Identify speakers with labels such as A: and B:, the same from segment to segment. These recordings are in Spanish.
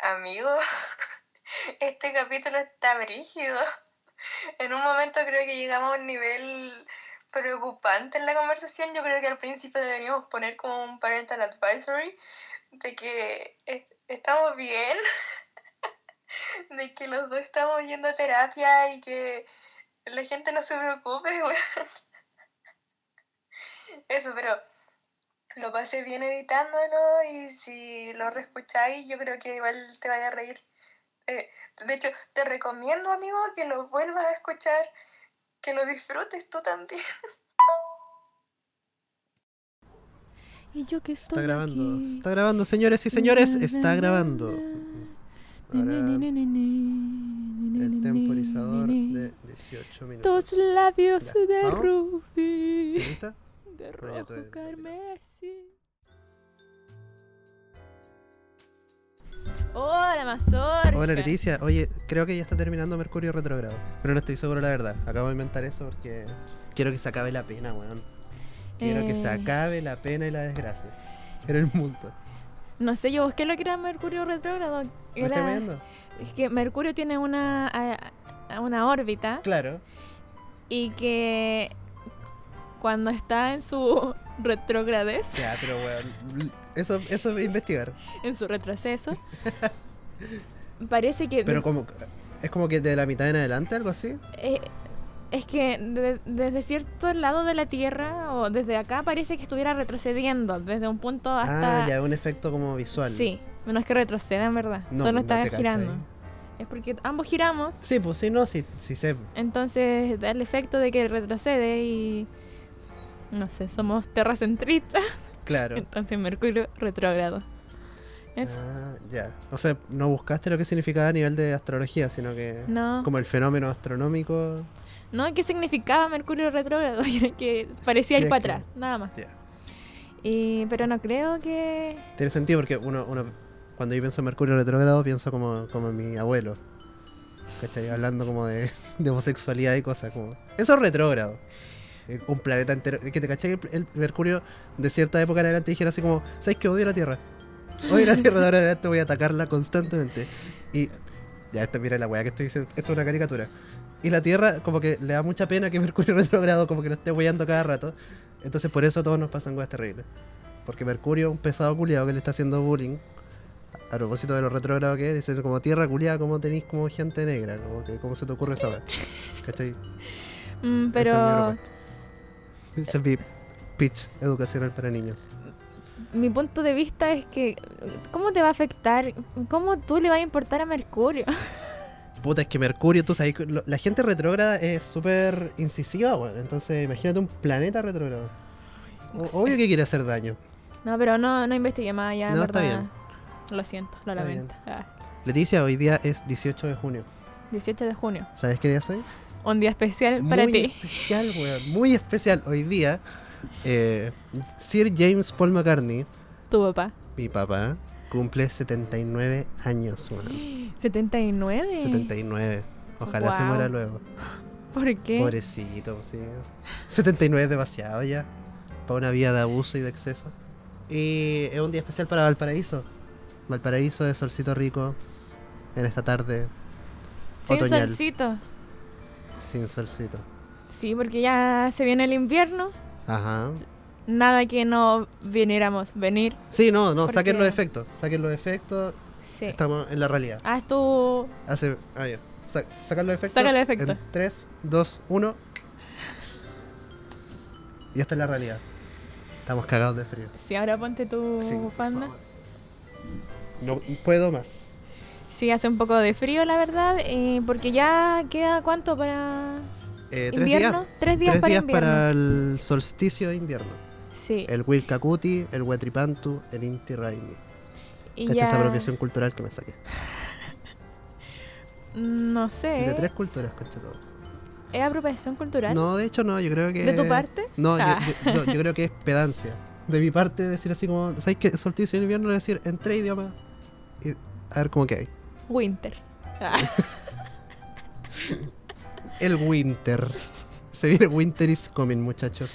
A: Amigo, este capítulo está brígido. En un momento creo que llegamos a un nivel preocupante en la conversación. Yo creo que al principio deberíamos poner como un parental advisory de que est- estamos bien, de que los dos estamos yendo a terapia y que la gente no se preocupe, weón. Eso, pero lo pasé bien editándolo y si lo reescucháis, yo creo que igual te vaya a reír. Eh, de hecho, te recomiendo, amigo, que lo vuelvas a escuchar, que lo disfrutes tú también.
B: Y yo que estoy
C: Está grabando,
B: aquí.
C: está grabando, señores y señores, está grabando. Ahora el temporizador de 18 minutos.
B: Tus labios
C: Ya,
B: de
C: ¿vamos?
B: rubí,
C: ¿Estás lista?
B: de
C: Bueno, ya
B: rojo
C: todavía no,
B: carmesí. Hola, Mazorca.
C: Hola Leticia, oye, creo que ya está terminando Mercurio Retrogrado, pero no estoy seguro la verdad. Acabo de inventar eso porque quiero que se acabe la pena, weón. Quiero que se
B: Eh.
C: acabe la pena y la desgracia. Era el mundo.
B: No sé, yo busqué lo que era Mercurio retrógrado.
C: ¿Me estás
B: Era-
C: viendo?
B: Es que Mercurio tiene una, a- a- una órbita
C: Claro.
B: y que cuando está en su retrogradez,
C: Ya, pero weón. Eso, eso es investigar.
B: en su retroceso, parece que...
C: Pero como. Es como que de la mitad en adelante, algo así.
B: Eh, es que de- desde cierto lado de la Tierra o desde acá parece que estuviera retrocediendo desde un punto hasta...
C: Ah, ya, un efecto como visual.
B: Sí, no es que retroceda en verdad,
C: No,
B: solo
C: no
B: está
C: te cachai.
B: girando. Es porque ambos giramos,
C: Sí, pues sí, no, sí, sí sé.
B: entonces da el efecto de que retrocede y... No sé, somos terracentristas,
C: Claro.
B: entonces Mercurio retrógrado. Eso.
C: Ah, ya. O sea, no buscaste lo que significaba a nivel de astrología, sino que.
B: No,
C: Como el fenómeno astronómico.
B: no, ¿qué significaba Mercurio retrógrado? Era que parecía ir
C: Es
B: para
C: que-
B: atrás, nada más.
C: Ya.
B: Y, pero no creo que
C: Tiene sentido porque uno, uno cuando yo pienso en Mercurio retrógrado pienso como, como en mi abuelo. ¿Cachai? Hablando como de, de homosexualidad y cosas como... Eso es retrógrado. Eh, Un planeta entero... es Que te cachai que el, el Mercurio de cierta época en adelante dijera así como, ¿sabes qué? Odio la Tierra. Odio la Tierra, de ahora en adelante voy a atacarla constantemente. Y... Ya, esta, mira la weá que estoy diciendo. Esto es una caricatura. Y la Tierra como que le da mucha pena que Mercurio retrógrado como que lo esté weyando cada rato. Entonces por eso a todos nos pasan weas terribles. Porque Mercurio, un pesado culiado que le está haciendo bullying. A propósito de lo retrógrado que es, dice como tierra culiada, como tenéis como gente negra, como que cómo se te ocurre esa wea. ¿Cachai?
B: Mm, pero
C: Esa es mi propuesta. Esa es mi pitch educacional para niños.
B: mi punto de vista es que, ¿cómo te va a afectar? ¿Cómo tú le vas a importar a Mercurio?
C: Puta, es que Mercurio, tú sabes, que lo- la gente retrógrada es súper incisiva, weón. Entonces, imagínate un planeta retrógrado. O-
B: No sé.
C: Obvio que quiere hacer daño.
B: No, pero no, no investigué más allá. en
C: No, está
B: verdad.
C: bien.
B: Lo siento, lo
C: Está
B: lamento. Ah,
C: Leticia, hoy día es 18 de junio.
B: 18 de junio,
C: ¿Sabes qué día soy?
B: un día especial para
C: muy
B: ti.
C: especial, weón. Muy especial. Hoy día, eh, Sir James Paul McCartney,
B: Tu papá.
C: mi papá, cumple 79 años, weón.
B: 79.
C: 79. Ojalá se
B: Guau.
C: muera luego.
B: ¿Por qué?
C: Pobrecito, sí. 79 es demasiado ya. Para una vida de abuso y de exceso. Y es un día especial para Valparaíso. Valparaíso de solcito rico. En esta tarde.
B: Sin
C: otoñal.
B: solcito.
C: Sin solcito.
B: Sí, porque ya se viene el invierno.
C: Ajá.
B: Nada que no viniéramos. Venir.
C: Sí, no, no,
B: ¿Por
C: saquen
B: qué? Eh.
C: los efectos. Saquen los efectos.
B: Sí. Ah,
C: Estamos en la realidad.
B: Haz tu.
C: Hace. Ah, ya. Sa- sacan los efectos.
B: Saca los efectos.
C: En 3, 2, 1. Y esta es la realidad. Estamos cagados de frío.
B: Sí, ahora ponte tu
C: Sí, por
B: bufanda.
C: No puedo más.
B: Sí, hace un poco de frío, la verdad, eh, porque ya queda cuánto para
C: Eh, tres
B: invierno.
C: días.
B: Tres días
C: Tres
B: para
C: días
B: invierno.
C: para el solsticio de invierno.
B: Sí,
C: El Wilcacuti, el Huetripantu, el Inti Raimi.
B: y
C: Esta
B: ya.
C: es apropiación cultural que me saqué.
B: No sé.
C: De tres culturas, concha todo.
B: ¿Es apropiación cultural?
C: No, de hecho no, yo creo que...
B: ¿De tu parte?
C: No, yo-
B: Ah.
C: yo, no, yo creo que es pedancia. De mi parte decir así como, ¿sabes qué? Solsticio de invierno, decir en tres idiomas. Y a ver cómo que hay.
B: Winter. Ah,
C: El winter. Se viene winter is coming, muchachos.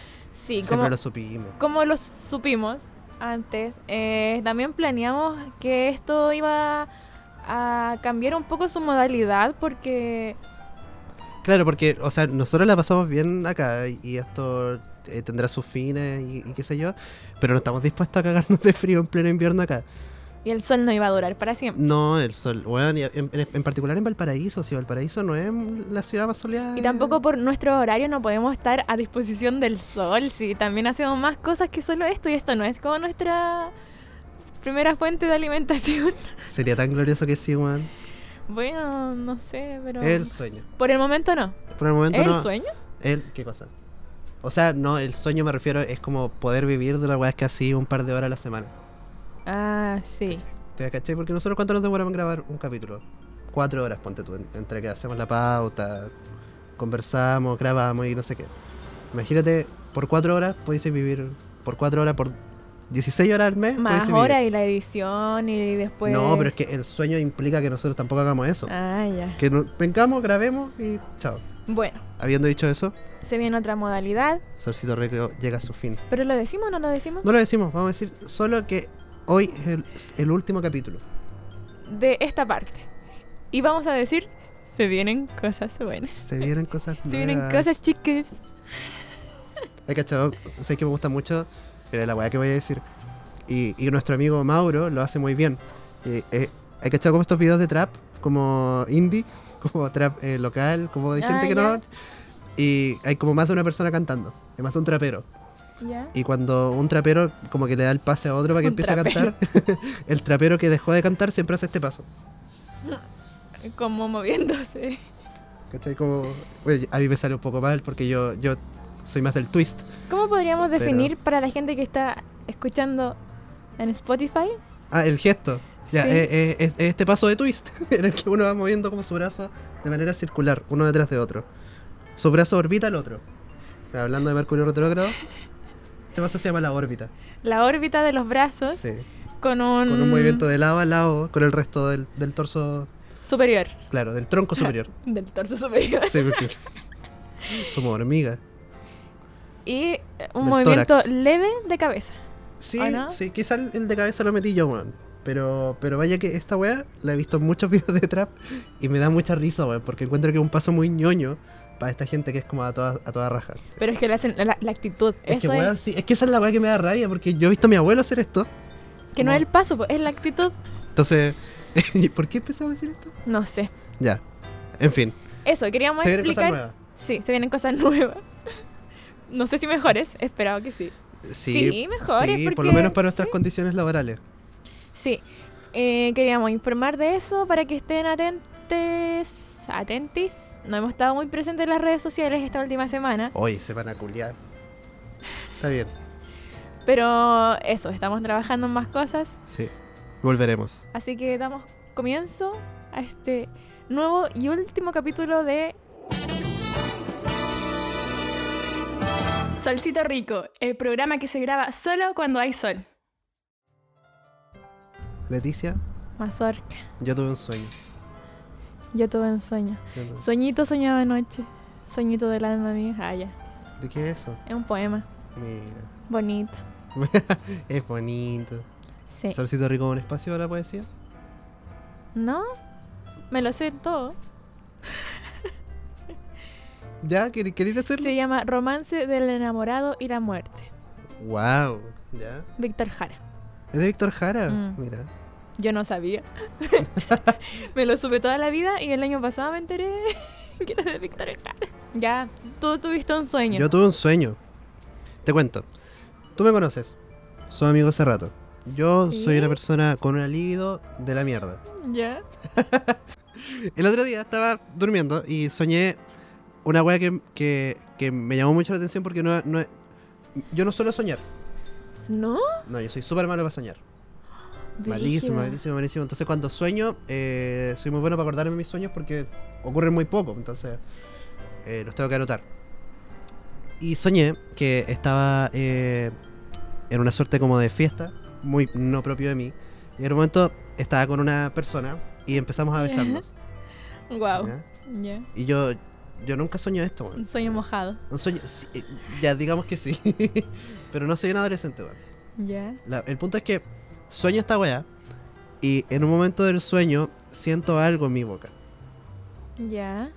B: sí, como,
C: Siempre lo supimos.
B: como lo supimos antes, eh, también planeamos que esto iba a cambiar un poco su modalidad porque
C: Claro, porque, o sea, nosotros la pasamos bien acá y esto eh, tendrá sus fines y, y qué sé yo, pero no estamos dispuestos a cagarnos de frío en pleno invierno acá.
B: y el sol no iba a durar para siempre.
C: No, el sol, weón, y en, en- en particular en Valparaíso, si Valparaíso no es la ciudad más soleada.
B: Y
C: de-
B: tampoco por nuestro horario no podemos estar a disposición del sol, si también hacemos más cosas que solo esto y esto no es como nuestra primera fuente de alimentación.
C: Sería tan glorioso que sí, weón.
B: Bueno, no sé, pero
C: El sueño.
B: por el momento no.
C: Por el momento
B: ¿El
C: no.
B: sueño?
C: El, ¿Qué cosa? O sea, no, el sueño me refiero es como poder vivir de la weá que así un par de horas a la semana.
B: Ah, sí.
C: ¿Te caché? Porque nosotros cuánto nos demoramos en grabar un capítulo. Cuatro horas, ponte tú, en- entre que hacemos la pauta, conversamos, grabamos y no sé qué. Imagínate, por cuatro horas pudiese vivir, por cuatro horas, por 16 horas al mes.
B: Más
C: pudiese
B: hora
C: vivir.
B: y la edición y después...
C: No, pero es que el sueño implica que nosotros tampoco hagamos eso.
B: Ah, ya.
C: Que no- vengamos, grabemos y chao.
B: Bueno,
C: Habiendo dicho eso,
B: se viene otra modalidad,
C: Solcito Recreo llega a su fin.
B: pero ¿lo decimos o no lo decimos?
C: No lo decimos, vamos a decir solo que hoy es el, es el último capítulo.
B: De esta parte. Y vamos a decir, se vienen cosas buenas.
C: Se vienen cosas
B: Eh, Se vienen
C: nuevas.
B: cosas chicas.
C: Hay cachado, sé que me gusta mucho pero la weá que voy a decir. Y, y nuestro amigo Mauro lo hace muy bien. Eh, eh, hay cachado como estos videos de trap, como indie, como trap eh, local, como de
B: Ah,
C: gente que
B: ya.
C: no. Y hay como más de una persona cantando, es más de un trapero.
B: ¿Ya?
C: Y cuando un trapero como que le da el pase a otro para que
B: Un
C: empiece
B: trapero.
C: a cantar, el trapero que dejó de cantar siempre hace este paso.
B: Como moviéndose.
C: ¿Cachai? Como, bueno, a mí me sale un poco mal porque yo, yo soy más del twist.
B: ¿Cómo podríamos
C: Pero-
B: definir para la gente que está escuchando en Spotify?
C: Ah, el gesto. Ya,
B: Sí.
C: eh, eh, es- es este paso de twist, en el que uno va moviendo como su brazo de manera circular, uno detrás de otro. Su brazo orbita al otro. Hablando de Mercurio retrógrado, este paso se llama la órbita.
B: La órbita de los brazos
C: Sí.
B: con un,
C: Con un movimiento de lado a lado, con el resto del, del torso,
B: superior.
C: claro, del tronco superior.
B: Del torso superior.
C: Sí, porque somos hormigas.
B: Y eh, un
C: Del
B: movimiento
C: tórax.
B: leve de cabeza.
C: Sí,
B: ¿O no?
C: sí, quizá el, el de cabeza lo metí yo, weón. Pero, pero vaya que esta weá la he visto en muchos videos de trap y me da mucha risa, weón, porque encuentro que es un paso muy ñoño para esta gente que es como a toda, a toda raja.
B: Pero es que le hacen la, la actitud.
C: Es que,
B: eso es-
C: weón, sí, es que esa es la weá que me da rabia, porque yo he visto a mi abuelo hacer esto.
B: que no
C: como-
B: es el paso, po, es la actitud.
C: Entonces, ¿por qué empezamos a decir esto?
B: No sé.
C: Ya. En fin,
B: Eso, queríamos
C: se vienen cosas
B: explicar.
C: nuevas.
B: Sí, se vienen cosas nuevas. No sé si mejores, esperaba que sí.
C: Sí,
B: Sí, mejores,
C: sí, por
B: porque-
C: lo menos para nuestras condiciones laborales.
B: Sí, eh, queríamos informar de eso para que estén atentes, atentis. No hemos estado muy presentes en las redes sociales esta última semana,
C: Oye, se van a culiar. Está bien,
B: pero eso, estamos trabajando en más cosas,
C: sí. Volveremos.
B: así que damos comienzo a este nuevo y último capítulo de
D: Solcito Rico, el programa que se graba solo cuando hay sol.
C: Leticia,
B: Mazorca.
C: yo tuve un sueño.
B: Yo tuve un sueño. Soñito soñaba anoche. Soñito del alma mía. Ah, ya.
C: ¿De qué es eso?
B: Es un poema.
C: Mira.
B: Bonito.
C: Es bonito.
B: Sí.
C: Solcito rico un espacio para la poesía.
B: ¿No? Me lo sé todo.
C: ¿Ya? ¿Quer- ¿Queréis hacerlo?
B: Se llama Romance del enamorado y la muerte.
C: Wow. ¿Ya?
B: Víctor Jara.
C: ¿Es de Víctor Jara?
B: Mm.
C: Mira.
B: Yo no sabía. me lo supe toda la vida y el año pasado me enteré que era de Víctor Jara. Ya, tú tuviste un sueño.
C: Yo tuve un sueño. Te cuento. Tú me conoces. Soy amigo hace rato. Yo soy
B: ¿Sí?
C: una persona con un libido de la mierda.
B: Ya.
C: El otro día estaba durmiendo y soñé una wea que, que, que me llamó mucho la atención porque no, no- yo no suelo soñar.
B: ¿No?
C: No, yo soy súper malo para soñar. Malísimo,
B: Brígido.
C: malísimo, malísimo. Entonces cuando sueño, eh, soy muy bueno para acordarme mis sueños porque ocurren muy poco, entonces eh, los tengo que anotar. Y soñé que estaba eh, en una suerte como de fiesta, muy no propio de mí, y en un momento estaba con una persona y empezamos a besarnos.
B: Guau.
C: ¿ya?
B: Ya.
C: Y yo, yo nunca soñé esto, weón.
B: Un sueño mojado.
C: Un sueño, sí, eh, ya digamos que sí, pero no soy un adolescente, weón.
B: Ya.
C: La- el punto es que sueño esta weá Y en un momento del sueño siento algo en mi boca.
B: Ya.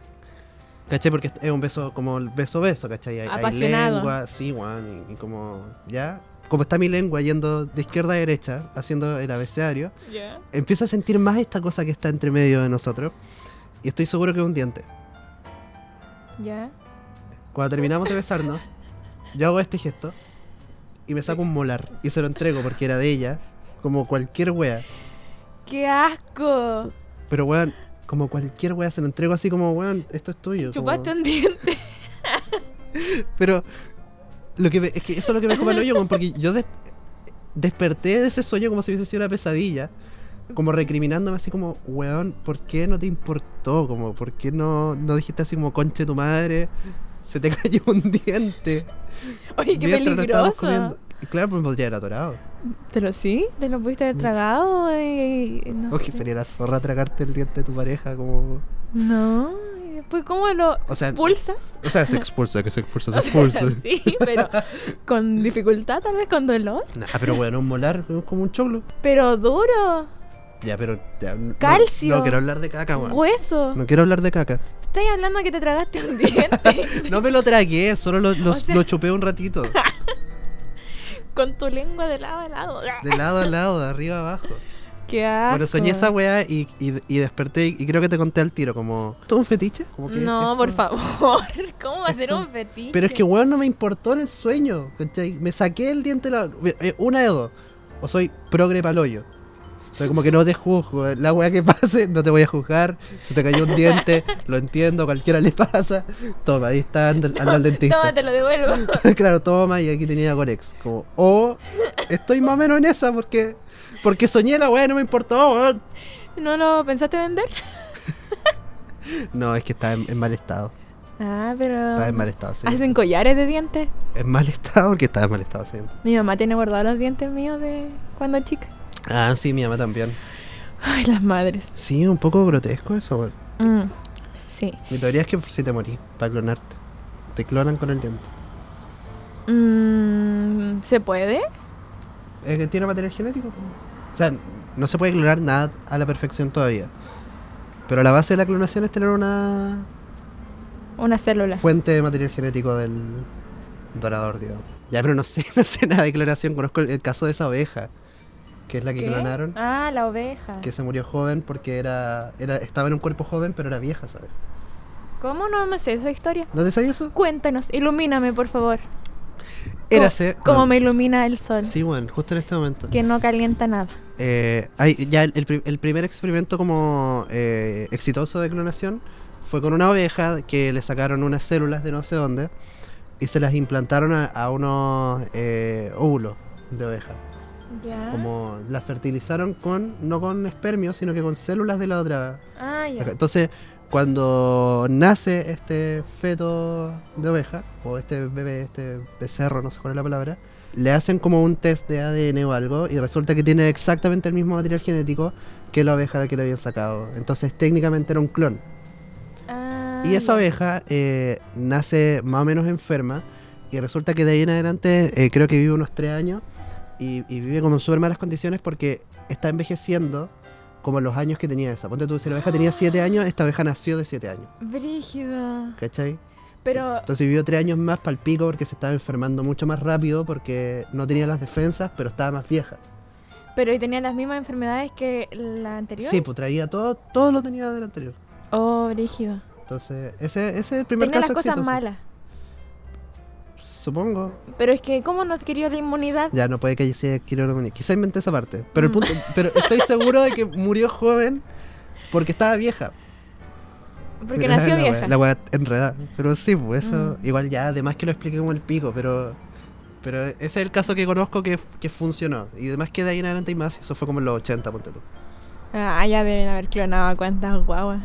C: ¿Cachai? Porque es un beso como el beso beso, ¿cachai? Hay, hay
B: Apasionado.
C: lengua, sí, weón, y, y como ya, como está mi lengua yendo de izquierda a derecha, haciendo el abecedario,
B: Ya.
C: empiezo a sentir más esta cosa que está entre medio de nosotros. Y estoy seguro que es un diente.
B: Ya.
C: Cuando terminamos de besarnos, yo hago este gesto y me saco un molar y se lo entrego porque era de ella, como cualquier wea.
B: ¡Qué asco!
C: Pero weón, como cualquier wea se lo entrego así como, weón, esto es tuyo. como-
B: Chupaste un diente.
C: Pero lo que me- es que eso es lo que me como el hoyo, weón, porque yo des- desperté de ese sueño como si hubiese sido una pesadilla. Como recriminándome así como, weón, ¿por qué no te importó? Como, ¿por qué no, no dijiste así como, conche tu madre? Se te cayó un diente.
B: Oye, qué
C: mientras lo
B: peligroso.
C: estábamos comiendo. Claro, pues me podría haber atorado.
B: ¿Te lo sí? ¿Te lo pudiste haber tragado? Y, y- no,
C: O que
B: sé.
C: Mm. sería la zorra tragarte el diente de tu pareja, como...
B: No. Y después, ¿cómo lo
C: O sea,
B: expulsas?
C: o sea, se expulsa, que se expulsa, se expulsa.
B: sí, pero con dificultad, tal vez con dolor.
C: Nah, pero bueno, un molar es como un choclo.
B: Pero duro.
C: Ya, pero... ya, no-
B: Calcio.
C: No, quiero hablar de caca, weón.
B: Hueso.
C: No quiero hablar de caca.
B: Estoy hablando que te tragaste un diente
C: No me lo tragué, solo lo, lo-
B: O sea-
C: lo chupé un ratito.
B: con tu lengua de lado a lado.
C: De lado a lado, de arriba a abajo.
B: ¡Qué asco!
C: Bueno, soñé esa weá y, y- y desperté y, y creo que te conté al tiro, como... ¿Todo un fetiche? Como que
B: No,
C: esto-
B: por favor. ¿Cómo va a ser
C: Esto-
B: un fetiche?
C: Pero es que, weón, no me importó en el sueño. ¿cachai? Me saqué el diente. de La... eh, Una de dos. O soy progre palollo. O sea, como que no te juzgo. eh, La weá que pase, no te voy a juzgar. Se te cayó un diente, lo entiendo, cualquiera le pasa. Toma, ahí está, anda, anda al
B: Toma,
C: dentista.
B: te lo devuelvo.
C: claro, toma, y aquí tenía Corex. Como, o estoy más o menos en esa porque porque soñé la weá, no me importó, weón.
B: ¿No lo pensaste vender?
C: No, es que está en, en mal estado.
B: Ah, pero.
C: Está en mal estado, sí.
B: Hacen collares de dientes.
C: En mal estado porque está en mal estado, sí.
B: Mi mamá tiene guardados los dientes míos de cuando chica.
C: Ah, sí, mi mamá también.
B: Ay, las madres.
C: Sí, un poco grotesco eso, weón.
B: Mm, Sí.
C: Mi teoría es que si te morís, para clonarte. Te clonan con el diente.
B: Mm, ¿Se puede?
C: Es que tiene material genético. po. O sea, no se puede clonar nada a la perfección todavía. Pero la base de la clonación es tener una
B: Una célula.
C: fuente de material genético del dorador, digamos. Ya, pero no sé, no sé nada de clonación. Conozco el, el caso de esa oveja, que es la que
B: ¿Qué?
C: clonaron,
B: Ah, la oveja.
C: que se murió joven porque era, era estaba en un cuerpo joven, pero era vieja, ¿sabes?
B: ¿Cómo no me sé esa historia?
C: ¿No te sabías eso?
B: Cuéntanos, ilumíname, por favor.
C: Érase.
B: Como
C: bueno,
B: me ilumina el sol,
C: Sí, bueno, justo en este momento.
B: que no calienta nada.
C: Eh, hay- ya el, el pri- el primer experimento como eh, exitoso de clonación fue con una oveja que le sacaron unas células de no sé dónde y se las implantaron a, a unos eh, óvulos de oveja.
B: Ya.
C: Como las fertilizaron con, no con espermios, sino que con células de la otra.
B: Ah, ya.
C: oveja. Entonces, cuando nace este feto de oveja, o este bebé, este becerro, no sé cuál es la palabra, le hacen como un test de ADN o algo y resulta que tiene exactamente el mismo material genético que la oveja a la que le habían sacado. Entonces técnicamente era un clon.
B: Ah,
C: Y esa
B: ya.
C: oveja eh, nace más o menos enferma y resulta que de ahí en adelante eh, creo que vive unos tres años y, y vive como en súper malas condiciones porque está envejeciendo como los años que tenía esa. Ponte tú, si la oveja tenía siete años, esta oveja nació de siete años,
B: Brígido.
C: ¿cachai?
B: Pero,
C: Entonces vivió tres años más pal pico porque se estaba enfermando mucho más rápido porque no tenía las defensas, pero estaba más vieja.
B: pero ¿y tenía las mismas enfermedades que la anterior?
C: Sí, pues traía todo, todo lo tenía del anterior.
B: Oh, brígido.
C: Entonces, ese, ese es el primer
B: Tenía las
C: caso
B: cosas
C: exitoso.
B: malas.
C: Supongo.
B: Pero es que, ¿cómo no adquirió la inmunidad?
C: Ya no puede que sea Kirolomini. Quizá inventé esa parte. Pero el
B: Mm.
C: punto, pero estoy seguro de que murió joven porque estaba vieja.
B: Porque
C: Mira,
B: nació
C: la wea-
B: vieja.
C: La weá enredada. Pero sí, pues eso.
B: Mm.
C: Igual ya, además que lo expliqué como el pico, pero. Pero ese es el caso que conozco que, que funcionó. Y además que de ahí en adelante hay más. Eso fue como en los 80, ponte tú.
B: Ah, ya deben haber clonado a cuántas guaguas.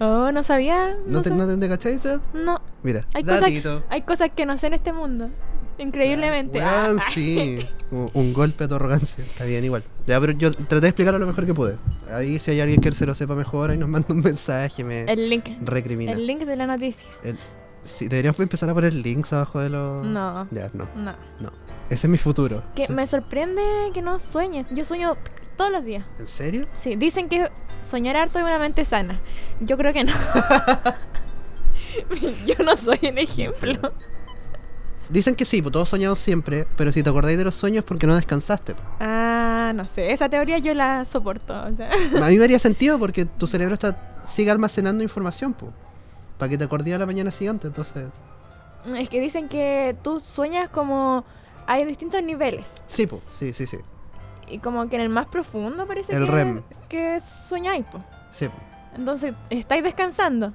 B: oh, no sabía.
C: ¿No, te,
B: sab-
C: no te, te cachai, Seth?
B: no.
C: Mira,
B: Hay cosas,
C: datito.
B: hay cosas que no sé en este mundo. Increíblemente. Ah,
C: Weón, sí. Un, un golpe a tu arrogancia. Está bien, igual. Ya, pero yo traté de explicarlo lo mejor que pude. Ahí, si hay alguien que se lo sepa mejor, ahí nos manda un mensaje. Me
B: ah, el link.
C: recrimina.
B: El link de la noticia.
C: El- Sí, deberíamos empezar a poner links abajo de los.
B: No.
C: Ah, Ya, no.
B: No.
C: No. Ese es mi futuro.
B: Que me sorprende que no sueñes. Yo sueño todos los días.
C: ¿En serio?
B: Sí, dicen que soñar harto es una mente sana. Yo creo que no. Yo no soy un ejemplo.
C: Dicen que sí, pues todos soñamos siempre, pero si te acordáis de los sueños porque no descansaste.
B: Ah, no sé, esa teoría yo la soporto. o sea.
C: A mí me haría sentido porque tu cerebro está sigue almacenando información, pues. Para que te acordías la mañana siguiente, entonces.
B: Es que dicen que tú sueñas como... Hay distintos niveles.
C: Sí, pues, sí, sí, sí.
B: Y como que en el más profundo parece
C: El
B: que,
C: REM.
B: que soñáis. po.
C: Sí, pues. po.
B: Entonces estáis descansando.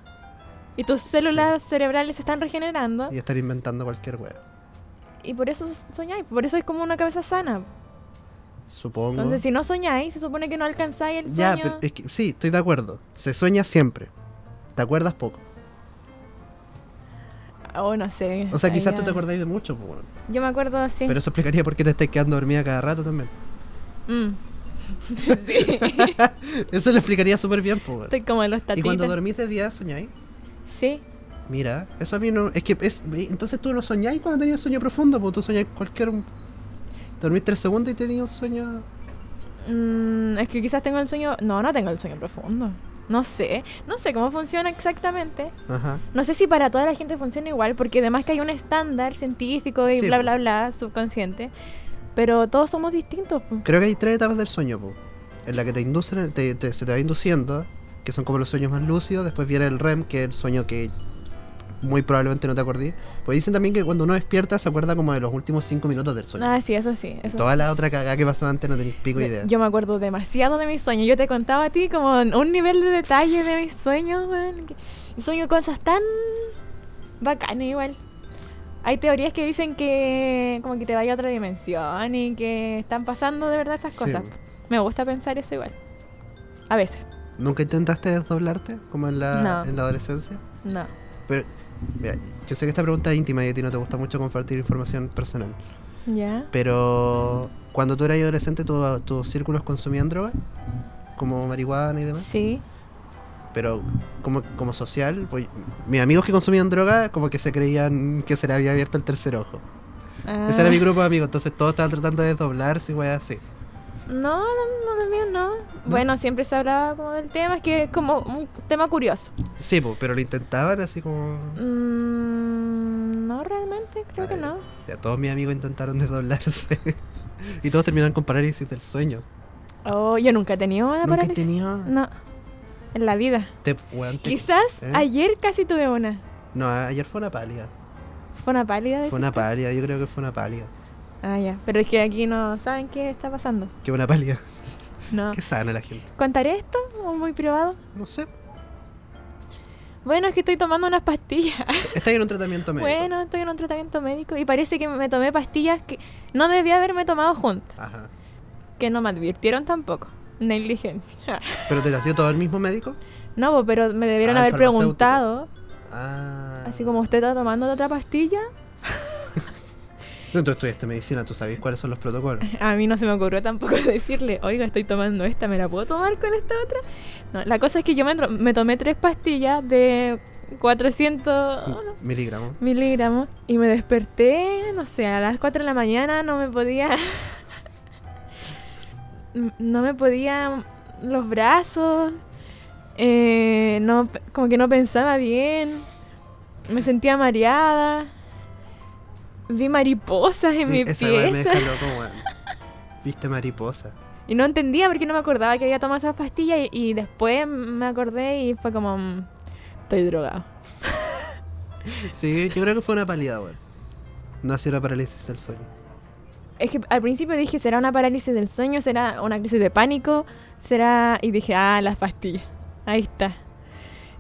B: Y tus células cerebrales se están regenerando.
C: Y estar inventando cualquier wea.
B: Y por eso soñáis. Por eso es como una cabeza sana.
C: Supongo.
B: Entonces si no soñáis, se supone que no alcanzáis el sueño.
C: ya, pero es que, sí, estoy de acuerdo. Se sueña siempre. Te acuerdas poco.
B: Oh, no sé.
C: O sea,
B: Ahí
C: quizás
B: ya-
C: tú te acordáis de mucho, pues, weón.
B: Yo me acuerdo así.
C: Pero eso explicaría por qué te estás quedando dormida cada rato también.
B: Mm. sí.
C: Eso lo explicaría súper bien, pues, weón.
B: Estoy como en los
C: Y
B: tatitas.
C: cuando dormís de día, soñáis.
B: Sí.
C: Mira, eso a mí no. Es que es. Entonces tú no soñáis cuando tenías sueño profundo, porque tú soñás cualquier. Dormís tres segundos y tenías un sueño.
B: Mm, es que quizás tengo el sueño... No, no tengo el sueño profundo. No sé. No sé cómo funciona exactamente.
C: Ajá.
B: No sé si para toda la gente funciona igual, porque además que hay un estándar científico y
C: Sí,
B: bla,
C: po.
B: bla, bla, subconsciente. Pero todos somos distintos. po.
C: Creo que hay tres etapas del sueño, po. En la que te inducen, te- te- se te va induciendo, que son como los sueños más lúcidos. Después viene el REM, que es el sueño que muy probablemente no te acordé. Pues dicen también que cuando uno despierta se acuerda como de los últimos cinco minutos del sueño.
B: Ah, sí, eso sí. Eso
C: Toda la otra cagada que pasó antes no tenéis pico idea.
B: Yo me acuerdo demasiado de mis sueños. Yo te contaba a ti como en un nivel de detalle de mis sueños, weón, que- Y sueño cosas tan bacanas igual. Hay teorías que dicen que como que te vaya a otra dimensión y que están pasando de verdad esas
C: Sí.
B: cosas. Me gusta pensar eso igual. A veces,
C: ¿Nunca intentaste desdoblarte? Como en la,
B: No.
C: en la adolescencia.
B: no.
C: Pero, mira, yo sé que esta pregunta es íntima y a ti no te gusta mucho compartir información personal.
B: ¿Ya?
C: Pero cuando tú eras adolescente, ¿tu- tus círculos consumían droga, como marihuana y demás.
B: Sí.
C: Pero como, como social, pues, mis amigos que consumían droga, como que se creían que se le había abierto el tercer ojo.
B: Ah,
C: Ese era mi grupo de amigos, entonces todos estaban tratando de desdoblarse y weas así.
B: No, no, no, lo mío no. Bueno, siempre se hablaba como del tema, es que es como un tema curioso.
C: Sí, po, pero lo intentaban así como.
B: Mm, no, realmente, creo que
C: Ay,
B: no.
C: ya todos mis amigos intentaron desdoblarse. y todos terminaron con parálisis del sueño.
B: Oh, yo nunca he tenido una
C: Nunca he
B: parálisis.
C: tenido.
B: No, en la vida.
C: Te- weón, te-
B: Quizás
C: ¿Eh?
B: ayer casi tuve una.
C: No, ayer fue una pálida.
B: Fue una pálida.
C: Fue
B: decís
C: una
B: tú?
C: pálida, yo creo que fue una pálida.
B: Ah, ya. Pero es que aquí no saben qué está pasando.
C: Qué buena pálida.
B: No.
C: Qué sana la gente.
B: ¿Contaré esto? ¿O muy privado?
C: No sé.
B: Bueno, es que estoy tomando unas pastillas.
C: Está en un tratamiento médico.
B: Bueno, estoy en un tratamiento médico y parece que me tomé pastillas que no debía haberme tomado juntas.
C: Ajá.
B: Que no me advirtieron tampoco. Negligencia.
C: ¿Pero te las dio todo el mismo médico?
B: No, po, pero me debieron
C: Ah,
B: haber
C: el farmacéutico.
B: preguntado.
C: Ah.
B: Así como usted está tomando otra pastilla.
C: No, tú estudiaste medicina, tú sabes cuáles son los protocolos.
B: A mí no se me ocurrió tampoco decirle, oiga, estoy tomando esta, ¿me la puedo tomar con esta otra? No, la cosa es que yo me, tro- me tomé tres pastillas de 400
C: Miligramos.
B: miligramos y me desperté, no sé, a las 4 de la mañana no me podía... no me podía los brazos, eh, no, como que no pensaba bien, me sentía mareada, vi mariposas en mi pieza.
C: Esa weá me deja loco, weón. Viste mariposa.
B: Y no entendía porque no me acordaba que había tomado esas pastillas y, y después me acordé y fue como, mm, estoy drogado.
C: Sí, yo creo que fue una pálida, weón. No ha sido una parálisis del sueño.
B: Es que al principio dije, ¿será una parálisis del sueño? ¿Será una crisis de pánico? ¿Será...? Y dije, ah, las pastillas. Ahí está.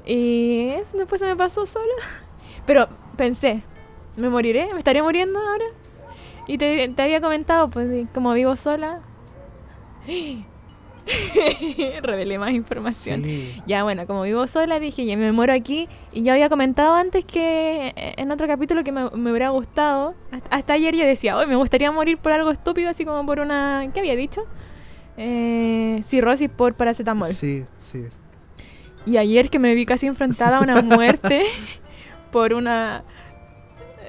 B: Y eso después se me pasó sola. Pero pensé, ¿me moriré? ¿Me estaré muriendo ahora? Y te, te había comentado, pues, de como vivo sola... Revelé más información.
C: Sí.
B: Ya bueno, como vivo sola dije, ya me muero aquí. Y yo había comentado antes que eh, en otro capítulo que me, me hubiera gustado. Hasta- Hasta ayer yo decía, hoy me gustaría morir por algo estúpido, así como por una... ¿Qué había dicho? Eh, cirrosis por paracetamol.
C: Sí, sí.
B: Y ayer que me vi casi enfrentada a una muerte por una...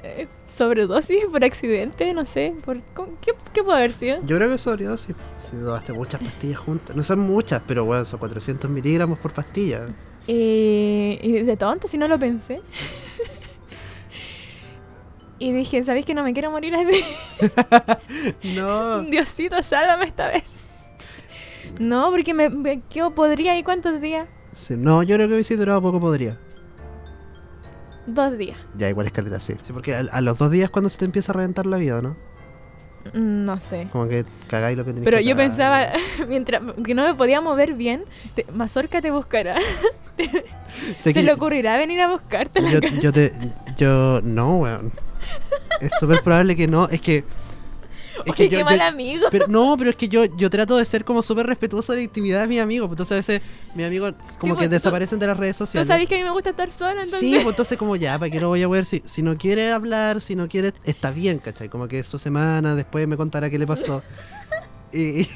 B: eh, sobredosis por accidente, no sé, por ¿cómo- ¿qué, qué puede haber sido?
C: Yo creo que sobredosis. Si tomaste muchas pastillas juntas. No son muchas, pero bueno, son 400 miligramos por pastilla.
B: Eh, y de tonta, si no lo pensé. y dije, ¿sabéis que no me quiero morir así?
C: No.
B: Diosito, sálvame esta vez. No, porque me, me quedo podría y cuántos días?
C: Sí, no, yo creo que hubiese durado poco podría.
B: Dos días.
C: Ya, igual es caleta, sí. Sí, porque a, a los dos días es cuando se te empieza a reventar la vida, ¿no?
B: Mm, No sé.
C: Como que cagáis lo que tenéis
B: Pero
C: que
B: yo
C: cagar.
B: pensaba, mientras que no me podía mover bien, te- Mazorca te buscará.
C: Sé que
B: ¿Se le ocurrirá venir a buscarte?
C: yo, yo te. Yo. No, weón. Es súper probable que no. Es que. Es
B: Oye, qué mal amigo.
C: Pero, no, pero es que yo, yo trato de ser como súper respetuoso de la intimidad de mis amigos. pues, Entonces a veces mis amigos como
B: Sí,
C: que
B: pues, tú-
C: desaparecen de las redes
B: Tú
C: sociales.
B: sabes que a mí me gusta estar sola, entonces.
C: Sí, pues entonces como ya, ¿para qué lo voy a ver? Si, si no quiere hablar, si no quiere, está bien, ¿cachai? Como que es su semana, después me contará qué le pasó. Y... y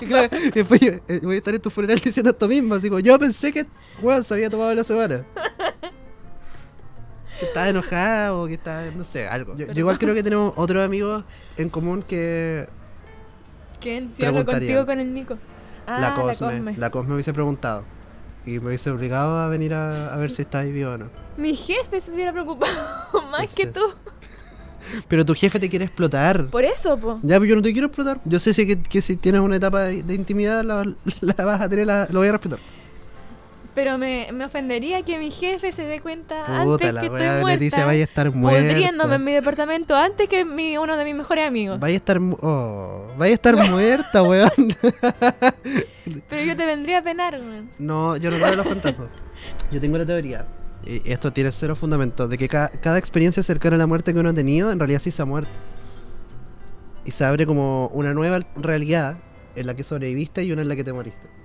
C: claro, después yo, eh, voy a estar en tu funeral diciendo esto mismo, así como yo pensé que weón se había tomado la semana. Que estaba enojado, que estaba, no sé, algo. Yo, yo igual creo que tenemos otros amigos en común que
B: ¿Quién? Si hablo
C: Preguntaría.
B: contigo con el Nico. Ah,
C: la Cosme. La Cosme. hubiese preguntado. Y me hubiese obligado a venir a, a ver si estáis vivo o no.
B: Mi jefe se hubiera preocupado más que
C: Ese.
B: tú.
C: Pero tu jefe te quiere explotar.
B: Por eso, po.
C: Ya, pero yo no te quiero explotar. Yo sé si- que, que si tienes una etapa de, de intimidad, la, la vas a tener, la, lo voy a respetar.
B: Pero me, me ofendería que mi jefe se dé cuenta
C: Puta,
B: antes
C: la
B: que estoy
C: weá de
B: muerta.
C: Leticia vaya a estar muerta.
B: pudriéndome en mi departamento antes que mi, uno de mis mejores amigos.
C: Vaya a estar, mu- oh, vaya a estar muerta, weón.
B: Pero yo te vendría a penar, weón.
C: No, yo no creo en los fantasmas. Yo tengo la teoría. y esto tiene cero fundamento. De que ca- cada experiencia cercana a la muerte que uno ha tenido, en realidad sí se ha muerto. Y se abre como una nueva realidad en la que sobreviviste y una en la que te moriste.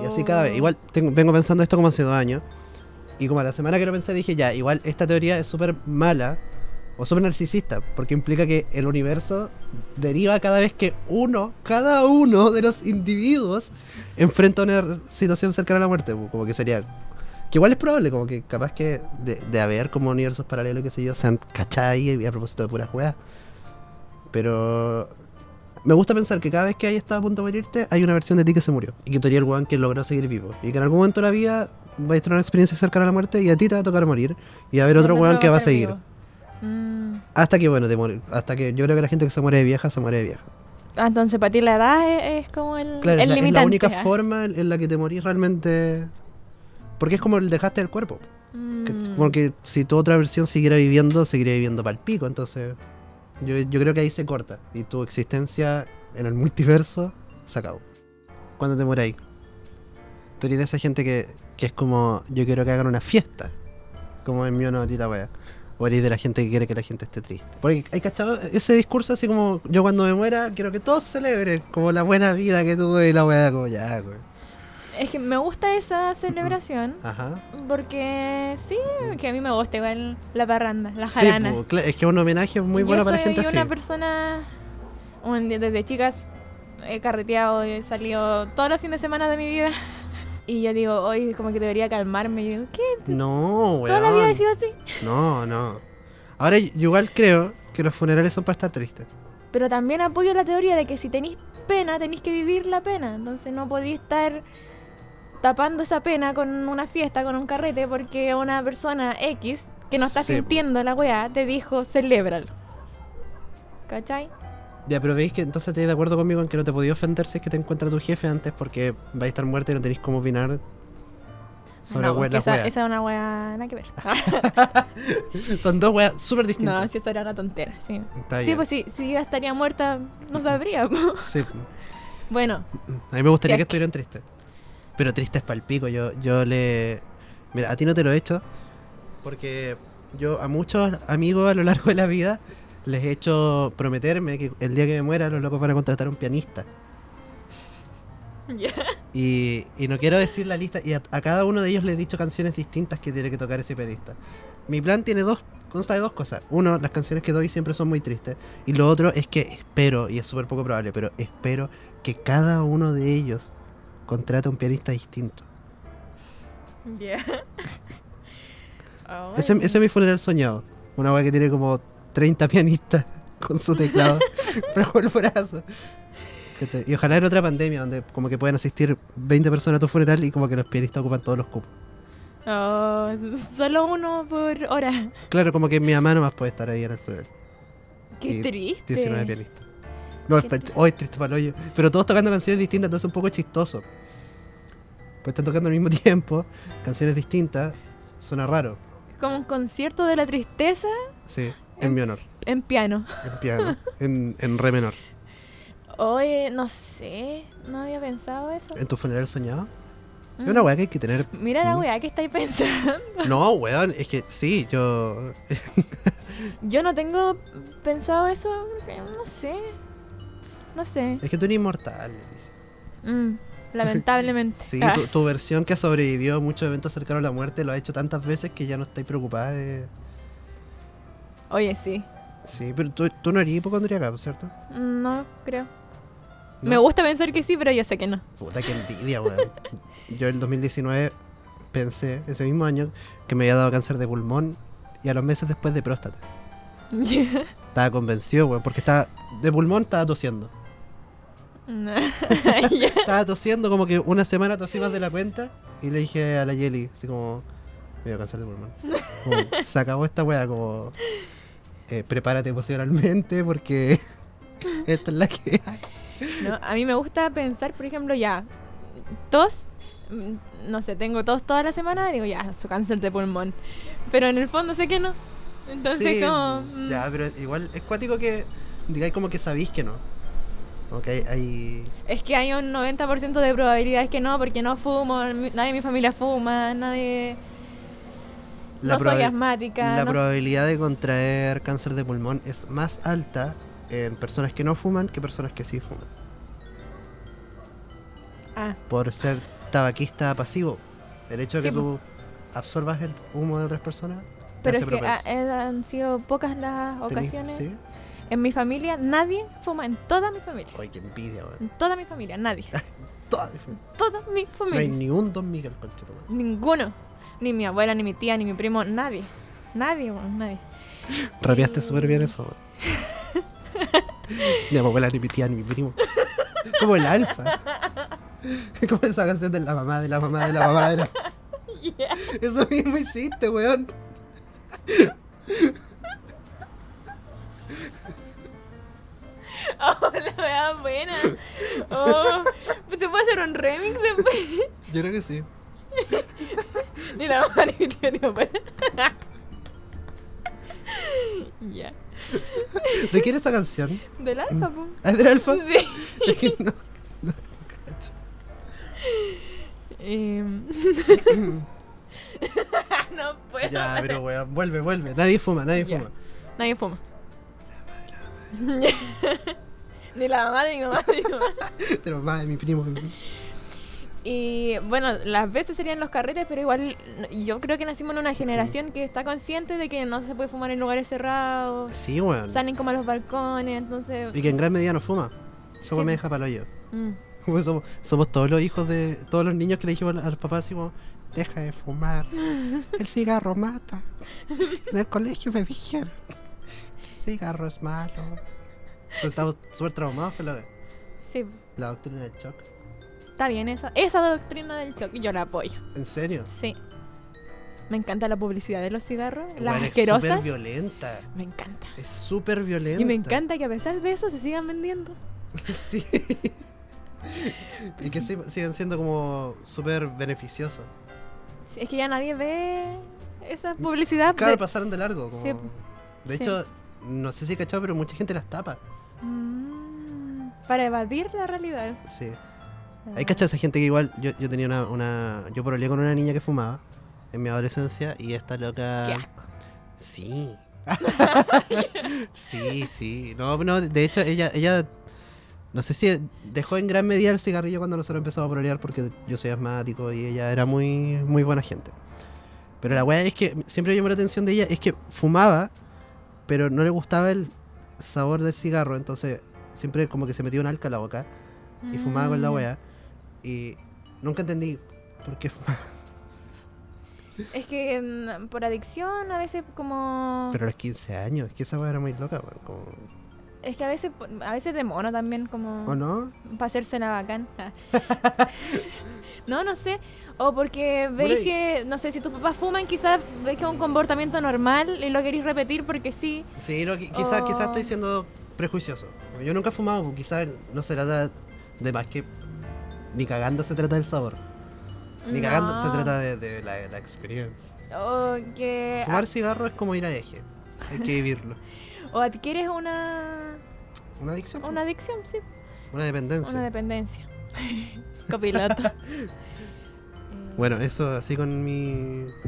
C: Y así cada
B: Oh.
C: vez. Igual tengo- vengo pensando esto como hace dos años. Y como a la semana que lo pensé dije, ya, igual esta teoría es súper mala o súper narcisista, porque implica que el universo deriva cada vez que uno, cada uno de los individuos enfrenta una r- situación cercana a la muerte. pu, Como que sería... Que igual es probable, como que capaz que de, de haber como universos paralelos, qué sé yo, sean cachadas ahí y a propósito de puras weas. Pero me gusta pensar que cada vez que hay estado a punto de morirte, hay una versión de ti que se murió. Y que tú eres el weón que logró seguir vivo. Y que en algún momento de la vida vais a tener una experiencia cercana a la muerte y a ti te va a tocar morir. Y va a haber otro weón que va a seguir.
B: Mm.
C: Hasta que, bueno, te muere. Hasta que yo creo que la gente que se muere de vieja, se muere de vieja.
B: Ah, Entonces, para ti la edad es, es como el,
C: Claro,
B: el
C: es, la, es la
B: limitante.
C: única
B: ah.
C: forma en en la que te morís realmente. Porque es como el dejaste del cuerpo. Que-
B: Mm.
C: Porque si tu otra versión siguiera viviendo, seguiría viviendo pal pico. Entonces, yo, yo creo que ahí se corta. Y tu existencia en el multiverso se acabó. Cuando te moráis. Tú eres de esa gente que, que es como, yo quiero que hagan una fiesta. Como en mi honor y la wea. O eres de la gente que quiere que la gente esté triste. Porque hay cachado ese discurso así como, yo cuando me muera quiero que todos celebren. Como la buena vida que tuve y la wea como ya, güey.
B: Es que me gusta esa celebración
C: Ajá.
B: porque sí, que a mí me gusta igual la parranda, la
C: Sí,
B: jarana.
C: po, cla- es que es un homenaje muy
B: Yo
C: bueno para
B: soy
C: gente así.
B: una persona, un- desde chicas he carreteado, he salido todos los fines de semana de mi vida. Y yo digo, hoy como que debería calmarme. Y digo, ¿qué?
C: No,
B: ¿Toda la vida he
C: weón.
B: sido así?
C: No, no. Ahora yo igual creo que los funerales son para estar tristes.
B: Pero también apoyo la teoría de que si tenéis pena, tenéis que vivir la pena. Entonces no podéis estar tapando esa pena con una fiesta, con un carrete, porque una persona X que no está
C: Sí, po.
B: sintiendo la weá te dijo, celébralo. ¿Cachai?
C: Ya, pero veis que entonces estáis de acuerdo conmigo en que no te podía ofender si es que te encuentra tu jefe antes porque vais a estar muerta y no tenéis cómo opinar sobre
B: No,
C: hue-
B: que
C: las
B: esa,
C: weas.
B: esa es una weá nada que ver.
C: Son dos weas súper
B: no,
C: distintas.
B: si eso era una tontera, sí.
C: Está
B: Sí,
C: bien.
B: pues si, si yo estaría muerta, no sabría. po.
C: Sí, po.
B: bueno,
C: A mí me gustaría
B: Sí, es
C: que
B: que-
C: estuvieran tristes. Pero tristes pa'l pico. Yo, yo le. Mira, a ti no te lo he hecho. Porque yo a muchos amigos a lo largo de la vida les he hecho prometerme que el día que me muera los locos van a contratar a un pianista.
B: ya.
C: Y, y no quiero decir la lista. Y a, a cada uno de ellos le he dicho canciones distintas que tiene que tocar ese pianista. Mi plan tiene dos. Consta de dos cosas. Uno, las canciones que doy siempre son muy tristes. Y lo otro es que espero, y es súper poco probable, pero espero que cada uno de ellos contrate un pianista distinto.
B: Ay.
C: Ese, ese es mi funeral soñado. Una wea que tiene como 30 pianistas con su teclado bajo el brazo. ¿Cachai? Y ojalá en otra pandemia donde como que puedan asistir 20 personas a tu funeral y como que los pianistas ocupan todos los cupos.
B: Oh, solo uno por hora.
C: Claro, como que mi mamá nomás puede estar ahí en el funeral.
B: Qué
C: Y
B: triste.
C: 19 pianistas. No, es- hoy es triste para el hoyo. Pero todos tocando canciones distintas, entonces es un poco chistoso. Pues están tocando al mismo tiempo, canciones distintas, suena raro.
B: Como un concierto de la tristeza
C: Sí, en mi honor,
B: en piano.
C: en piano, en, en re menor.
B: Oye, no sé, no había pensado eso. Mm.
C: ¿En tu funeral soñado? Es una weá que hay que tener.
B: Mira la
C: Mm.
B: weá que estáis pensando.
C: No, weón, es que sí, yo.
B: Yo no tengo pensado eso porque no sé. No sé.
C: Es que tú eres inmortal. Leticia.
B: Mm, lamentablemente.
C: Eh. Sí,
B: Ah,
C: tu, tu versión que sobrevivió a muchos eventos cercanos a la muerte lo ha hecho tantas veces que ya no estáis preocupada de.
B: Oye, sí.
C: Sí, pero tú, tú no eres hipocondriaca, ¿cierto?
B: No creo.
C: ¿No?
B: Me gusta pensar que sí, pero yo sé que no.
C: Puta, que envidia, weón. Yo en el 2019 pensé, ese mismo año, que me había dado cáncer de pulmón y a los meses después de próstata. Estaba convencido, weón, porque estaba. De pulmón estaba tosiendo.
B: No.
C: Estaba tosiendo como que una semana tosí más de la cuenta y le dije a la Yeli, así como, me dio cáncer de pulmón. Como, se acabó esta weá, como, eh, prepárate emocionalmente porque esta es la que hay.
B: No, a mí me gusta pensar, por ejemplo, ya, tos, mm, no sé, tengo tos toda la semana y digo, ya, su cáncer de pulmón. Pero en el fondo sé que no. Entonces,
C: Sí,
B: como.
C: mm,
B: mm,
C: Ya, pero igual es cuático que digáis como que sabéis que no. Como que hay, hay-
B: Es que hay un 90% de probabilidades que no, porque no fumo, mi- nadie de mi familia fuma, nadie.
C: la,
B: no soy
C: proba-
B: asmática.
C: la
B: no-
C: probabilidad de contraer cáncer de pulmón es más alta en personas que no fuman que personas que sí fuman.
B: Ah,
C: por ser tabaquista pasivo. El hecho
B: Sí,
C: de que tú absorbas el humo de otras personas te
B: pero
C: hace
B: es que
C: propenso.
B: ah, eh, han sido pocas las
C: Tenís-
B: ocasiones.
C: ¿sí?
B: En mi familia, nadie fuma, en toda mi familia.
C: Ay, qué envidia, weón.
B: En toda mi familia, nadie.
C: Toda mi familia.
B: toda mi
C: No hay
B: familia.
C: ni un Don Miguel, conchetumare.
B: Ninguno. Ni mi abuela, ni mi tía, ni mi primo, nadie. Nadie, weón, nadie.
C: Rapeaste
B: Eh.
C: súper bien eso, weón. Ni a mi abuela, ni mi tía, ni mi primo. Como el alfa. Como esa canción de la mamá, de la mamá, de la mamá. De la... Eso mismo hiciste, weón.
B: Oh, la wea buena. Oh, ¿Se puede hacer un remix después?
C: Yo creo que sí.
B: Ni la mamá ni mi tío ni mi abuela. Ya.
C: ¿De quién es esta canción?
B: Del alfa, po.
C: ¿Ah, ¿Es del alfa?
B: Sí.
C: Es que no, no, no cacho.
B: Em. no puedo.
C: Ya, pero weón, vuelve, vuelve. Nadie fuma, nadie
B: Ya.
C: fuma.
B: Nadie fuma. ni la mamá ni mi mamá ni mi mamá.
C: De los más de mi primo.
B: Y bueno, las veces serían los carretes, pero igual no- yo creo que nacimos en una generación que está consciente de que no se puede fumar en lugares cerrados,
C: Sí, weón.
B: salen como a los balcones, entonces...
C: Y que en gran medida no fuma. Eso
B: Sí.
C: me deja para hoyo.
B: Mm.
C: Weón, Pues Somos, somos todos los hijos de. Todos los niños que le dijimos al- al papá así como: Deja de fumar. El cigarro mata. En el colegio me dijeron: "El cigarro es malo. Entonces estamos súper traumados por la,
B: Sí,
C: la doctrina del shock.
B: está bien esa, esa doctrina del choque, yo la apoyo.
C: ¿En serio?
B: Sí. Me encanta la publicidad de los cigarros, las
C: Weón, es súper
B: asquerosas.
C: violenta.
B: Me encanta.
C: Es súper violenta.
B: Y me encanta que a pesar de eso se sigan vendiendo.
C: Sí. y que sig- siguen siendo como súper beneficiosos.
B: Sí, Es que ya nadie ve esa publicidad.
C: Mm, Claro,
B: de-
C: pasaron de largo. como-
B: Sí.
C: De
B: Sí.
C: hecho, no sé si cachado, pero mucha gente las tapa.
B: Mm, para evadir la realidad.
C: Sí. Hay cachado esa gente que igual. Yo, yo tenía una. una yo pololeé con una niña que fumaba en mi adolescencia y esta loca.
B: Qué asco.
C: Sí. sí, sí. No, no, de hecho, ella, ella. No sé si dejó en gran medida el cigarrillo cuando nosotros empezamos a prolear porque yo soy asmático y ella era muy, muy buena gente. Pero la weá es que siempre me llamó la atención de ella es que fumaba, pero no le gustaba el sabor del cigarro, entonces siempre como que se metía un alca a la boca y fumaba con la
B: Mm.
C: weá. Y nunca entendí por qué fumaba.
B: Es que mm, por adicción a veces como...
C: Pero a los 15 años, es que esa weá era muy loca, weón. como-
B: Es que a veces a veces de mono también como...
C: ¿O no?
B: Para hacerse la bacán. no, no sé. O porque veis
C: Bueno, y-
B: que, no sé, si tus papás fuman, quizás veis que es un comportamiento normal y lo queréis repetir porque sí.
C: Sí, no, qui- quizás
B: O-
C: quizás estoy siendo prejuicioso. Yo nunca he fumado, quizás no se trata de más que. Ni cagando se trata del sabor. Ni cagando se
B: No.
C: trata de, de la, la experiencia.
B: O que...
C: Fumar cigarro es como ir a eje. Hay que vivirlo.
B: O adquieres una,
C: Una adicción.
B: una
C: Una,
B: adicción, sí.
C: dependencia.
B: Una dependencia. Copiloto.
C: Bueno, eso así con mi,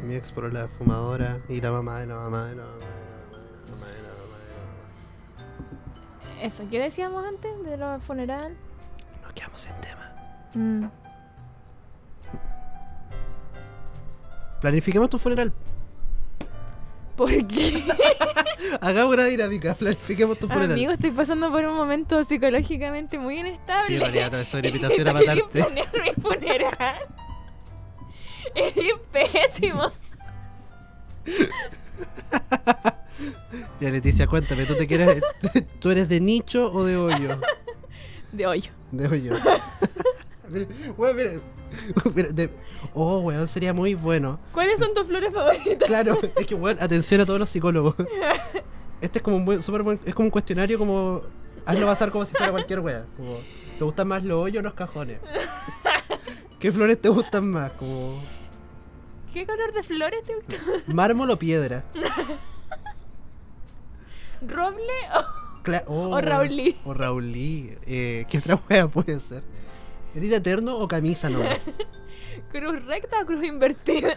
C: mi ex por la fumadora y la mamá de la mamá de la mamá de la mamá de la mamá de la mamá de la mamá.
B: Eh, Eso, ¿qué decíamos antes de lo funeral?
C: Nos quedamos en tema.
B: Mm.
C: Planifiquemos tu funeral.
B: ¿Por qué?
C: Hagamos una dinámica. Planifiquemos tu funeral.
B: Amigo, estoy pasando por un momento psicológicamente muy
C: sí,
B: inestable.
C: Mariano, eso era invitación a
B: ¿Para qué
C: matarte.
B: poner mi funeral? Es pésimo.
C: Ya, Leticia, cuéntame, ¿tú te quieres. ¿Tú eres de nicho o de hoyo?
B: De hoyo.
C: De hoyo. Mira, weón, mira. Mira, de- Oh, weón, sería muy bueno.
B: ¿Cuáles son tus flores favoritas?
C: Claro, es que weón, atención a todos los psicólogos. Este es como un buen, súper buen, es como un cuestionario como hazlo pasar como si fuera cualquier wea. Como, ¿te gustan más los hoyos o los cajones? ¿Qué flores te gustan más? Como
B: ¿Qué color de flores te gusta?
C: mármol o piedra.
B: ¿Roble o.?
C: Cla- oh,
B: O Raulí.
C: O Raulí. Eh, ¿Qué otra wea puede ser? ¿Herida eterno o camisa nomás?
B: ¿Cruz recta o cruz invertida?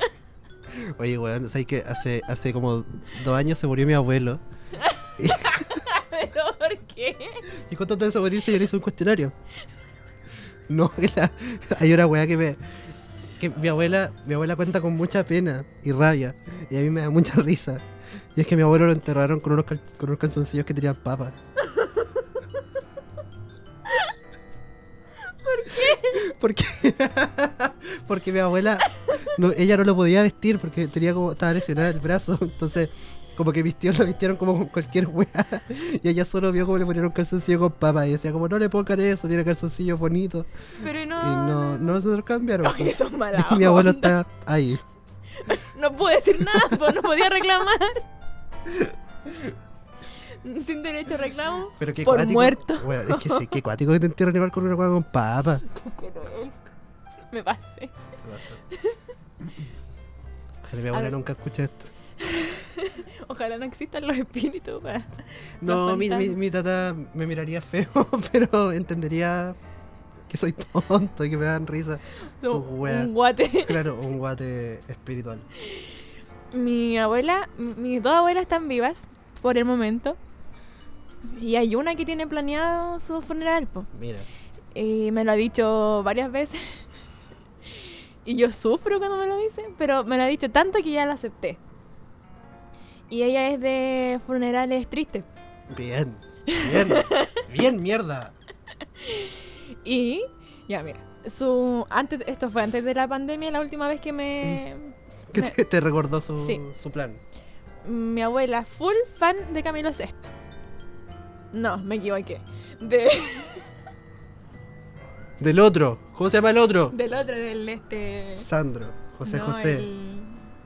C: Oye, weón, ¿sabes que hace, hace como dos años se murió mi abuelo?
B: ¿Pero por qué?
C: Y cuánto antes de morirse yo le hice un cuestionario. No, era- hay una weá que me. que mi abuela, mi abuela cuenta con mucha pena y rabia. Y a mí me da mucha risa. Y es que mi abuelo lo enterraron con unos, cal- con unos calzoncillos que tenían papas. ¿Por qué? porque mi abuela, no- ella no lo podía vestir porque tenía como, estaba lesionada el brazo, entonces como que vistió, lo vistieron como con cualquier weá. Y ella solo vio como le ponían un calzoncillo con papas y decía como no le pongan eso, tiene calzoncillos bonitos.
B: Pero
C: Y
B: no.
C: no, no se lo cambiaron.
B: Oye, sos mala
C: Mi abuelo
B: onda.
C: está ahí.
B: No pude decir nada, pues no podía reclamar. Sin derecho a reclamo.
C: Pero qué
B: Por
C: cuático-
B: muerto.
C: Weón, es que sí, qué cuático que te entierran igual con una weá con papas.
B: Qué cruel. Me pasé.
C: Ojalá mi abuela
B: ver.
C: nunca escuche esto.
B: Ojalá no existan los espíritus. para-
C: No,
B: Los
C: mi, mi,
B: fantasmas.
C: mi tata me miraría feo, pero entendería que soy tonto y que me dan risa. Sus weas.
B: Un guate.
C: Claro, un guate espiritual.
B: Mi abuela, m- mis dos abuelas están vivas por el momento. Y hay una que tiene planeado su funeral, po.
C: Mira.
B: Y me lo ha dicho varias veces. y yo sufro cuando me lo dice, pero me lo ha dicho tanto que ya lo acepté. Y ella es de funerales tristes.
C: Bien. Bien. bien, mierda.
B: Y ya mira, su antes esto fue antes de la pandemia, la última vez que me
C: Que
B: Me-
C: te, te recordó su,
B: Sí.
C: su plan.
B: mi abuela full fan de Camilo VI. No, me equivoqué. De
C: Del otro. ¿Cómo se llama el otro?
B: Del otro, del este.
C: Sandro. José
B: no,
C: José.
B: El,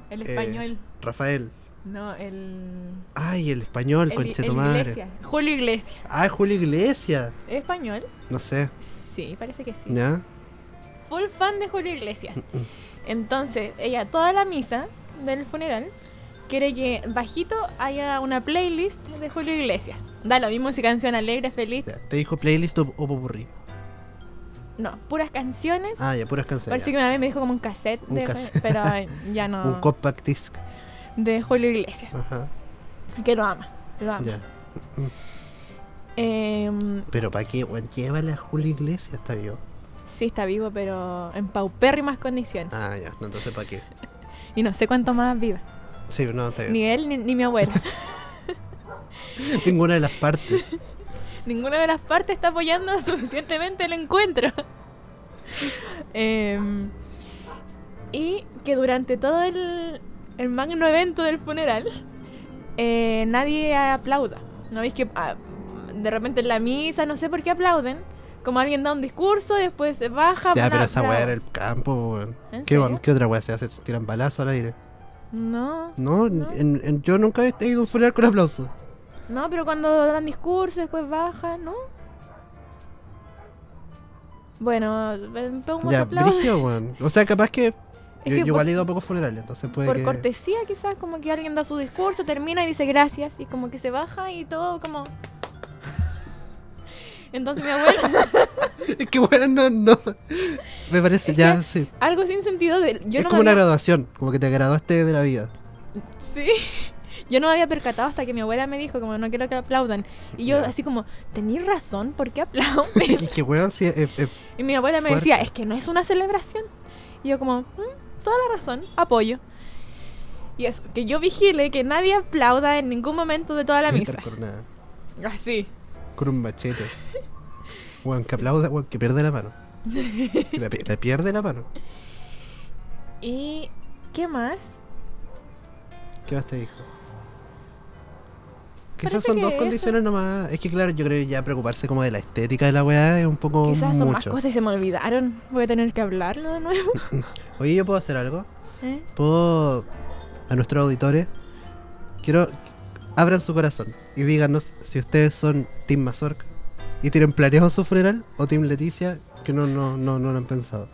B: el
C: eh,
B: español.
C: Rafael.
B: No, el.
C: Ay, el español,
B: el- el
C: conchetumadre.
B: Iglesias. Julio Iglesias.
C: Ah, Julio Iglesias.
B: ¿Es español?
C: No sé.
B: Sí, parece que sí.
C: ¿Ya? Mm,
B: Full fan de Julio Iglesias. Entonces, ella, toda la misa del funeral, quiere que bajito haya una playlist de Julio Iglesias. Da lo mismo si canción alegre, feliz.
C: Ya, Te dijo playlist o, o popurrí.
B: No, puras canciones.
C: Ah, ya, puras canciones.
B: Parece que una vez me dijo como un cassette,
C: Un
B: de-
C: cassette.
B: pero eh, ya no.
C: Un compact disc.
B: de Julio Iglesias,
C: Ajá.
B: que lo ama, lo ama.
C: Ya.
B: Em,
C: Pero ¿para qué, weón? Llévala a Julio Iglesias, está vivo.
B: sí está vivo, pero en paupérrimas condiciones.
C: Ah, ya, no, entonces ¿para qué?
B: Y no sé cuánto más viva.
C: Sí, no, está bien.
B: Ni él ni, ni mi abuela.
C: Ninguna de las partes.
B: Ninguna de las partes está apoyando suficientemente el encuentro. Em, Y que durante todo el, el magno evento del funeral eh, nadie aplauda. ¿No veis que ah, de repente en la misa, no sé por qué aplauden? Como alguien da un discurso, después se baja. van
C: Ya,
B: a-
C: pero esa
B: aplauden.
C: weá era el campo, weón.
B: ¿En
C: ¿Qué,
B: serio?
C: weón? ¿Qué otra weá se hace? ¿Se tiran balazos al aire?
B: No,
C: No, en-
B: No.
C: en- en- yo nunca he ido a un funeral con aplausos.
B: no, pero cuando dan discurso, después bajan, ¿no? Bueno, ven, pon unos
C: Ya,
B: aplausos.
C: brigio, weón. O sea, capaz que.
B: Es que
C: Yo, yo
B: por-
C: igual he ido a pocos funerales, entonces puede
B: Por
C: que.
B: cortesía, quizás, como que alguien da su discurso, termina y dice gracias, y como que se baja y todo como. Entonces mi abuelo,
C: Es que weón, no, no. Me parece,
B: Es
C: ya,
B: que
C: sí.
B: algo sin sentido de. Yo
C: es
B: no me
C: como una
B: había-
C: graduación, como que te graduaste de la vida.
B: Sí. Yo no me había percatado hasta que mi abuela me dijo, como no quiero que aplaudan. Y yo,
C: Ya.
B: así como, tenéis razón, ¿por qué aplauden?
C: Y que weón, sí, es- es-
B: Y mi abuela me
C: Fuerte.
B: decía, es que no es una celebración. Y yo como, "Mm, toda la razón, apoyo. Y eso, que yo vigile que nadie aplauda en ningún momento de toda la misa.
C: estar con, una-
B: Así.
C: con un machete. Weón, que aplauda, weón, que pierde la mano. Que La, pi- la pierde la mano.
B: ¿Y qué más?
C: ¿Qué más te dijo? Que
B: Parece
C: esas son
B: que
C: dos
B: eso-
C: condiciones nomás. Es que claro, yo creo que ya preocuparse como de la estética de la weá es un poco
B: Quizás son más
C: mucho.
B: cosas y se me olvidaron. Voy a tener que hablarlo de nuevo.
C: Oye, ¿yo puedo hacer algo?
B: ¿Eh?
C: Puedo a nuestros auditores quiero abran su corazón y díganos si ustedes son Team Mazorca y tienen planeado su funeral o Team Leticia que no no no no lo han pensado.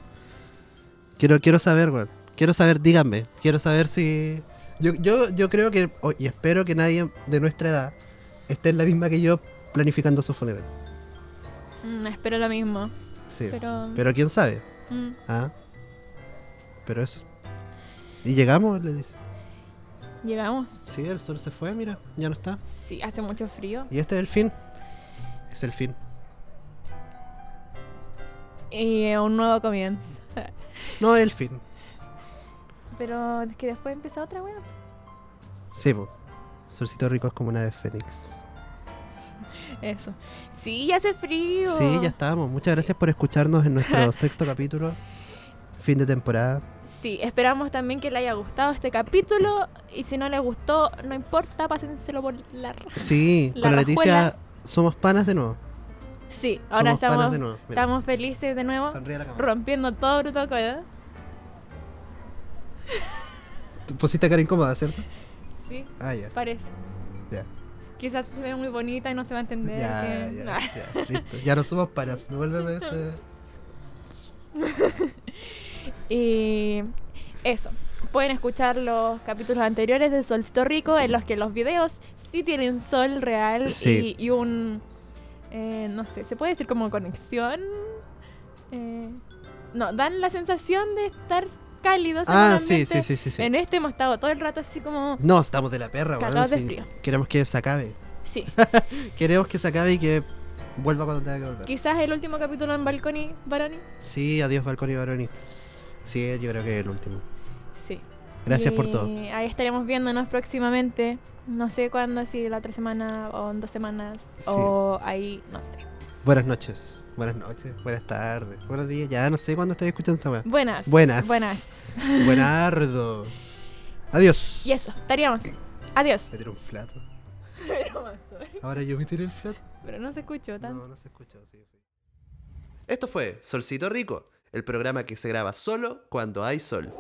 C: Quiero quiero saber, weón. Quiero saber, díganme. Quiero saber si yo yo yo creo que o- y espero que nadie de nuestra edad esté en la misma que yo planificando su funeral.
B: Mm, espero lo mismo.
C: Sí. Pero,
B: Pero...
C: quién sabe.
B: mm.
C: Ah. Pero eso. Y llegamos, le dice.
B: llegamos.
C: Sí, el sol se fue, mira, ya no está.
B: Sí, hace mucho frío.
C: Y este es el fin. Es el fin.
B: Y eh, un nuevo comienzo.
C: No es el fin.
B: Pero es que después empieza otra wea.
C: Sí, po. Solcito rico es como una de Fénix.
B: Eso. Sí, ya hace frío.
C: Sí, ya estábamos. Muchas gracias por escucharnos en nuestro sexto capítulo. Fin de temporada.
B: Sí, esperamos también que le haya gustado este capítulo. Y si no le gustó, no importa, pásenselo por la raja.
C: Sí,
B: La
C: con la Leticia
B: rajuela.
C: somos panas de nuevo.
B: Sí, ahora
C: somos
B: estamos,
C: panas de nuevo. Mira,
B: estamos felices de nuevo,
C: sonríe a la cámara.
B: rompiendo todo protocolo.
C: Tú Pusiste cara incómoda, ¿cierto?
B: Sí,
C: Ah, ya.
B: parece.
C: Ya.
B: Quizás se ve muy bonita y no se va a entender.
C: Ya,
B: que-
C: ya,
B: Nah.
C: ya, listo. Ya no somos panas. Devuélveme ese.
B: Y eso. Pueden escuchar los capítulos anteriores de Solcito Rico en los que los videos sí tienen sol real
C: Sí.
B: y, y un... eh, no sé, ¿se puede decir como conexión? Eh, no, dan la sensación de estar cálidos.
C: Ah, sí, sí,
B: semanalmente.
C: sí, sí. sí.
B: En este hemos estado todo el rato así como...
C: No, estamos de la perra, weón.
B: Cagados de
C: sí.
B: frío.
C: Queremos que se acabe.
B: Sí,
C: Queremos que se acabe y que vuelva cuando tenga que volver.
B: quizás el último capítulo en Balconi, Baroni.
C: Sí, adiós Balcón y Baroni. Sí, yo creo que es el último.
B: Sí.
C: Gracias por
B: Y
C: todo.
B: Ahí estaremos viéndonos próximamente. No sé cuándo, si la otra semana o en dos semanas.
C: Sí.
B: O ahí, no sé.
C: Buenas noches. Buenas noches. Buenas tardes. Buenos días. Ya no sé cuándo estáis escuchando esta weá.
B: Buenas.
C: Buenas.
B: Buenas.
C: Buenardo. Adiós.
B: Y eso, estaríamos. Adiós.
C: Me tiré un flato. Ahora yo me tiré el flato.
B: Pero no se escuchó tanto.
C: No, no se escucha. Sí, sí. Esto fue Solcito Rico, el programa que se graba solo cuando hay sol.